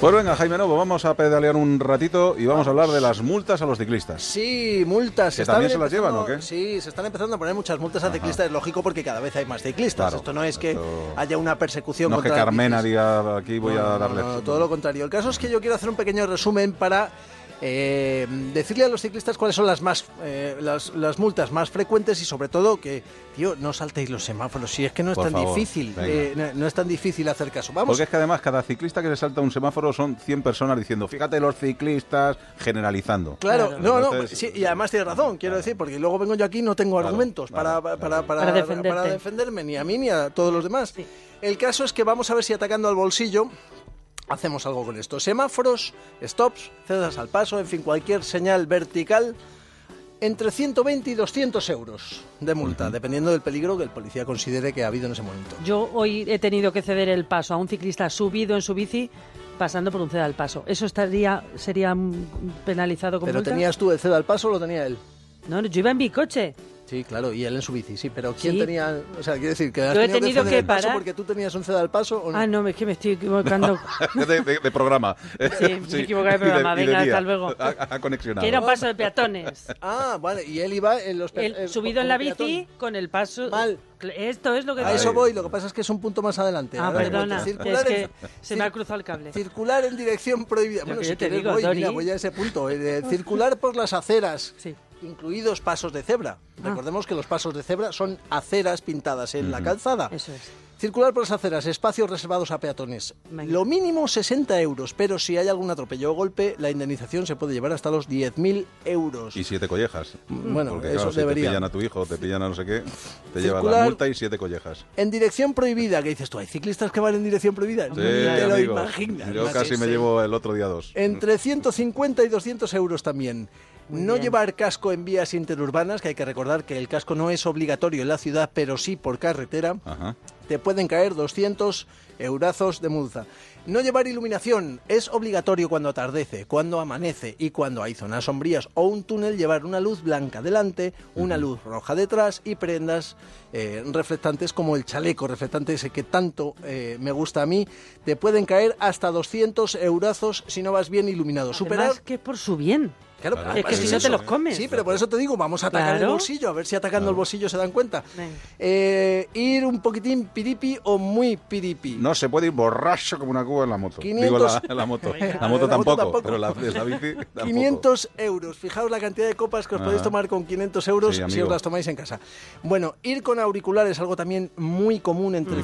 Pues venga, Jaime Novo, vamos a pedalear un ratito y vamos a hablar de las multas a los ciclistas. Sí, multas. ¿Que están también se las empezando- llevan o qué? Sí, se están empezando a poner muchas multas a ciclistas. Es lógico porque cada vez hay más ciclistas. Claro, esto no es que esto- haya una persecución No es que contra las Carmena bicis. diga aquí voy No, no, a no, darle. no, todo lo contrario. El caso es que yo quiero hacer un pequeño resumen para eh, decirle a los ciclistas cuáles son las más eh, las, las multas más frecuentes y sobre todo que, tío, no saltéis los semáforos. Si es que no es Por tan favor, difícil, venga. eh, no, no es tan difícil hacer caso. Vamos. Porque es que además cada ciclista que se salta un semáforo son 100 personas diciendo, fíjate los ciclistas, generalizando. Claro, no, no, Entonces- eh, sí, y además tienes razón, quiero decir, porque luego vengo yo aquí y no tengo Claro, argumentos para, claro, para, claro. para- Para defenderte. para defenderme, ni a mí ni a todos los demás. El caso es que vamos a ver si atacando al bolsillo hacemos algo con esto. Semáforos, stops, cedas al paso, en fin, cualquier señal vertical, entre 120 y 200 euros de multa, dependiendo del peligro que el policía considere que ha habido en ese momento. Yo hoy he tenido que ceder el paso a un ciclista subido en su bici pasando por un ceda al paso. ¿Eso estaría sería mm, penalizado con Pero multa? tenías tú el ceda al paso o lo tenía él. No, no, yo iba en mi coche. Sí, claro, y él en su bici, sí, pero ¿quién Sí. tenía...? O sea, quiero decir, que has Yo he tenido tenido ceder que el paso parar. porque tú tenías un ceda al paso o no. Ah, no, es que me estoy equivocando. de, de- de programa. Sí, me equivoqué de programa. Venga, día. hasta luego. Ha, ha conexionado. que era un paso de peatones. Ah, vale, y él iba en los pe- El- eh, subido como en la peatón. bici con el paso. Mal. Cl- Esto es lo que. A Ahí. eso voy, lo que pasa es que es un punto más adelante. Ah, Ahora te perdona. cuento. que Es que se me ha cir- cruzado el cable. Circular en dirección prohibida. Lo Bueno, que si yo te quieres digo, voy, Dori. mira, voy a ese punto. eh, de circular por las aceras, Sí. incluidos pasos de cebra. Ah. Recordemos que los pasos de cebra son aceras pintadas en la calzada. Eso es. Circular por las aceras, espacios reservados a peatones. Venga. Lo mínimo 60 euros, pero si hay algún atropello o golpe, la indemnización se puede llevar hasta los 10.000 euros. Mm, Y siete collejas. Bueno, Porque, eso claro, si debería. te pillan a tu hijo, te pillan a no sé qué, te llevan la Circular- multa y siete collejas. En dirección prohibida, que dices tú, ¿hay ciclistas que van en dirección prohibida? Sí, Ni te lo amigo. imaginas. Yo macho. casi me Sí. Eh, llevo el otro día dos. Entre 150 y 200 euros también. Muy no bien. llevar casco en vías interurbanas, que hay que recordar que el casco no es obligatorio en la ciudad, pero sí por carretera. Ajá. Te pueden caer 200 eurazos de multa. No llevar iluminación es obligatorio cuando atardece, cuando amanece y cuando hay zonas sombrías o un túnel llevar una luz blanca delante, una luz roja detrás y prendas eh, reflectantes como el chaleco reflectante ese que tanto eh, me gusta a mí. Te pueden caer hasta 200 eurazos si no vas bien iluminado. Superar Además, que es por su bien. Claro, Claro, además es que si es no te eso. los comes. Sí, pero por eso te digo, vamos a atacar el Claro. bolsillo, a ver si atacando el bolsillo se dan cuenta. Venga. Eh, ir un poquitín piripi o muy piripi. No se puede ir borracho como una cuba en la moto. 500. Digo, la, la moto. Venga. La moto La moto tampoco, tampoco. pero la, la bici tampoco. 500 euros. Fijaos la cantidad de copas que os Ajá. podéis tomar con 500 euros Sí, si amigo. os las tomáis en casa. Bueno, ir con auriculares, algo también muy común entre Muy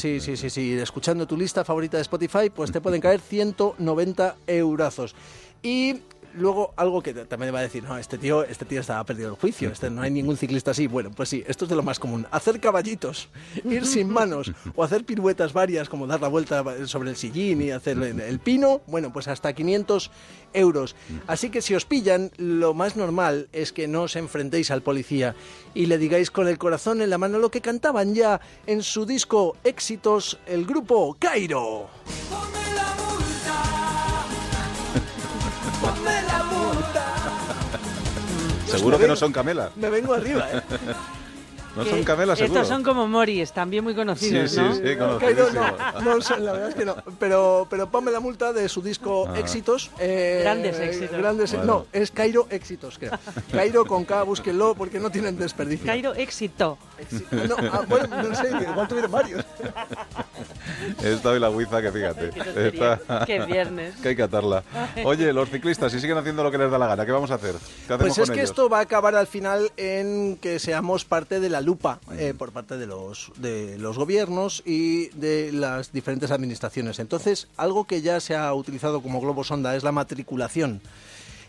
peligroso. Sí, sí, sí, sí. Escuchando tu lista favorita de Spotify, pues te pueden caer 190 eurazos. Y luego algo que también va a decir, no, este tío, este tío estaba perdido el juicio, este, no hay ningún ciclista así. Bueno, pues sí, esto es de lo más común. Hacer caballitos, ir sin manos o hacer piruetas varias como dar la vuelta sobre el sillín y hacer el el pino, bueno, pues hasta 500 euros. Así que si os pillan, lo más normal es que no os enfrentéis al policía y le digáis con el corazón en la mano lo que cantaban ya en su disco Éxitos el grupo Cairo. Ponme la multa. Ponme la multa. Seguro que no son camelas. Me vengo arriba, ¿eh? No Que son camelas, seguro. Estos son como moris, también muy Sí, conocidos, sí, ¿no? sí, Cairo conocidísimo. no, no sé, la verdad es que no. Pero, pero ponme la multa de su disco Éxitos. eh, Grandes éxitos. grandes- Ah. Bueno. No, es Cairo Éxitos, creo. Cairo con K, búsquenlo porque no tienen desperdicio. Cairo éxito. Éxito. No, ah, bueno, no sé, igual tuvieron varios. Esta hoy la guiza que fíjate. Qué tontería. Está- Qué viernes. que hay que atarla. Oye, los ciclistas, si siguen haciendo lo que les da la gana, ¿qué vamos a hacer? ¿Qué hacemos Pues es con que ellos? esto va a acabar al final en que seamos parte de la lupa eh, por parte de los, de los gobiernos y de las diferentes administraciones. Entonces, algo que ya se ha utilizado como globo sonda es la matriculación.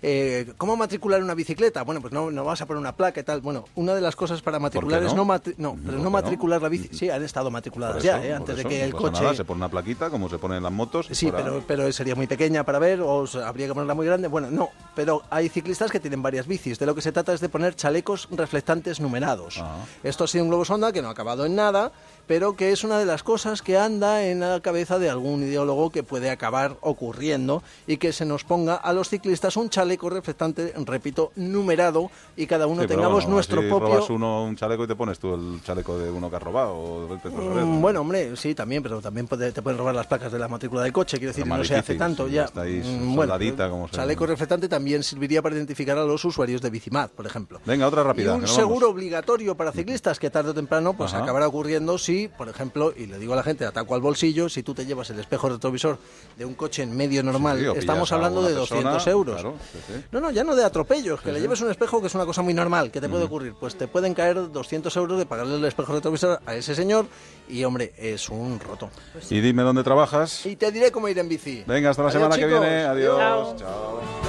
Eh, ¿Cómo matricular una bicicleta? Bueno, pues no, no vas a poner una placa y tal. Bueno, una de las cosas para matricular qué es no? Mm, no, matri- no, ¿Por pero qué no no? matricular la bici. Sí, han estado Por matriculadas eso, ya, eh, por antes de eso, que no el pasa coche... nada, se pone una plaquita, como se ponen las motos. y Sí, fuera. pero, pero sería muy pequeña para ver, o se- habría que ponerla muy grande. Bueno, no, pero hay ciclistas que tienen varias bicis. De lo que se trata es de poner chalecos reflectantes numerados. Ah. Esto ha sido un globo sonda que no ha acabado en nada, pero que es una de las cosas que anda en la cabeza de algún ideólogo que puede acabar ocurriendo y que se nos ponga a los ciclistas un chaleco chaleco reflectante, repito, numerado y cada uno Sí, pero tengamos bueno, nuestro así propio. robas uno un chaleco y te pones tú el chaleco de uno que has robado. o del petróleo, Mm, ¿no? Bueno, hombre, sí, también, pero también puede- te pueden robar las placas de la matrícula del coche, quiero decir, Pero no más se hace difícil, tanto sí, ya. está ahí Mm, bueno, soldadita, como se chaleco llama. reflectante también serviría para identificar a los usuarios de Bicimad, por ejemplo. Venga, otra rápida, Y que un nos seguro vamos. obligatorio para ciclistas que tarde o temprano pues Ajá. acabará ocurriendo si, por ejemplo, y le digo a la gente, ataco al bolsillo, si tú te llevas el espejo retrovisor de un coche en medio normal, Sí, o pillas estamos a hablando una de persona, 200 euros. claro, sí, sí. No, no, ya no de atropellos, que le lleves un espejo, que es una cosa muy normal, que te puede ocurrir. Pues te pueden caer 200 euros de pagarle el espejo retrovisor a ese señor y, hombre, es un roto. Y dime dónde trabajas. Y te diré cómo ir en bici. Venga, hasta la Adiós, semana que chicos. viene. Adiós. Chao. Chao.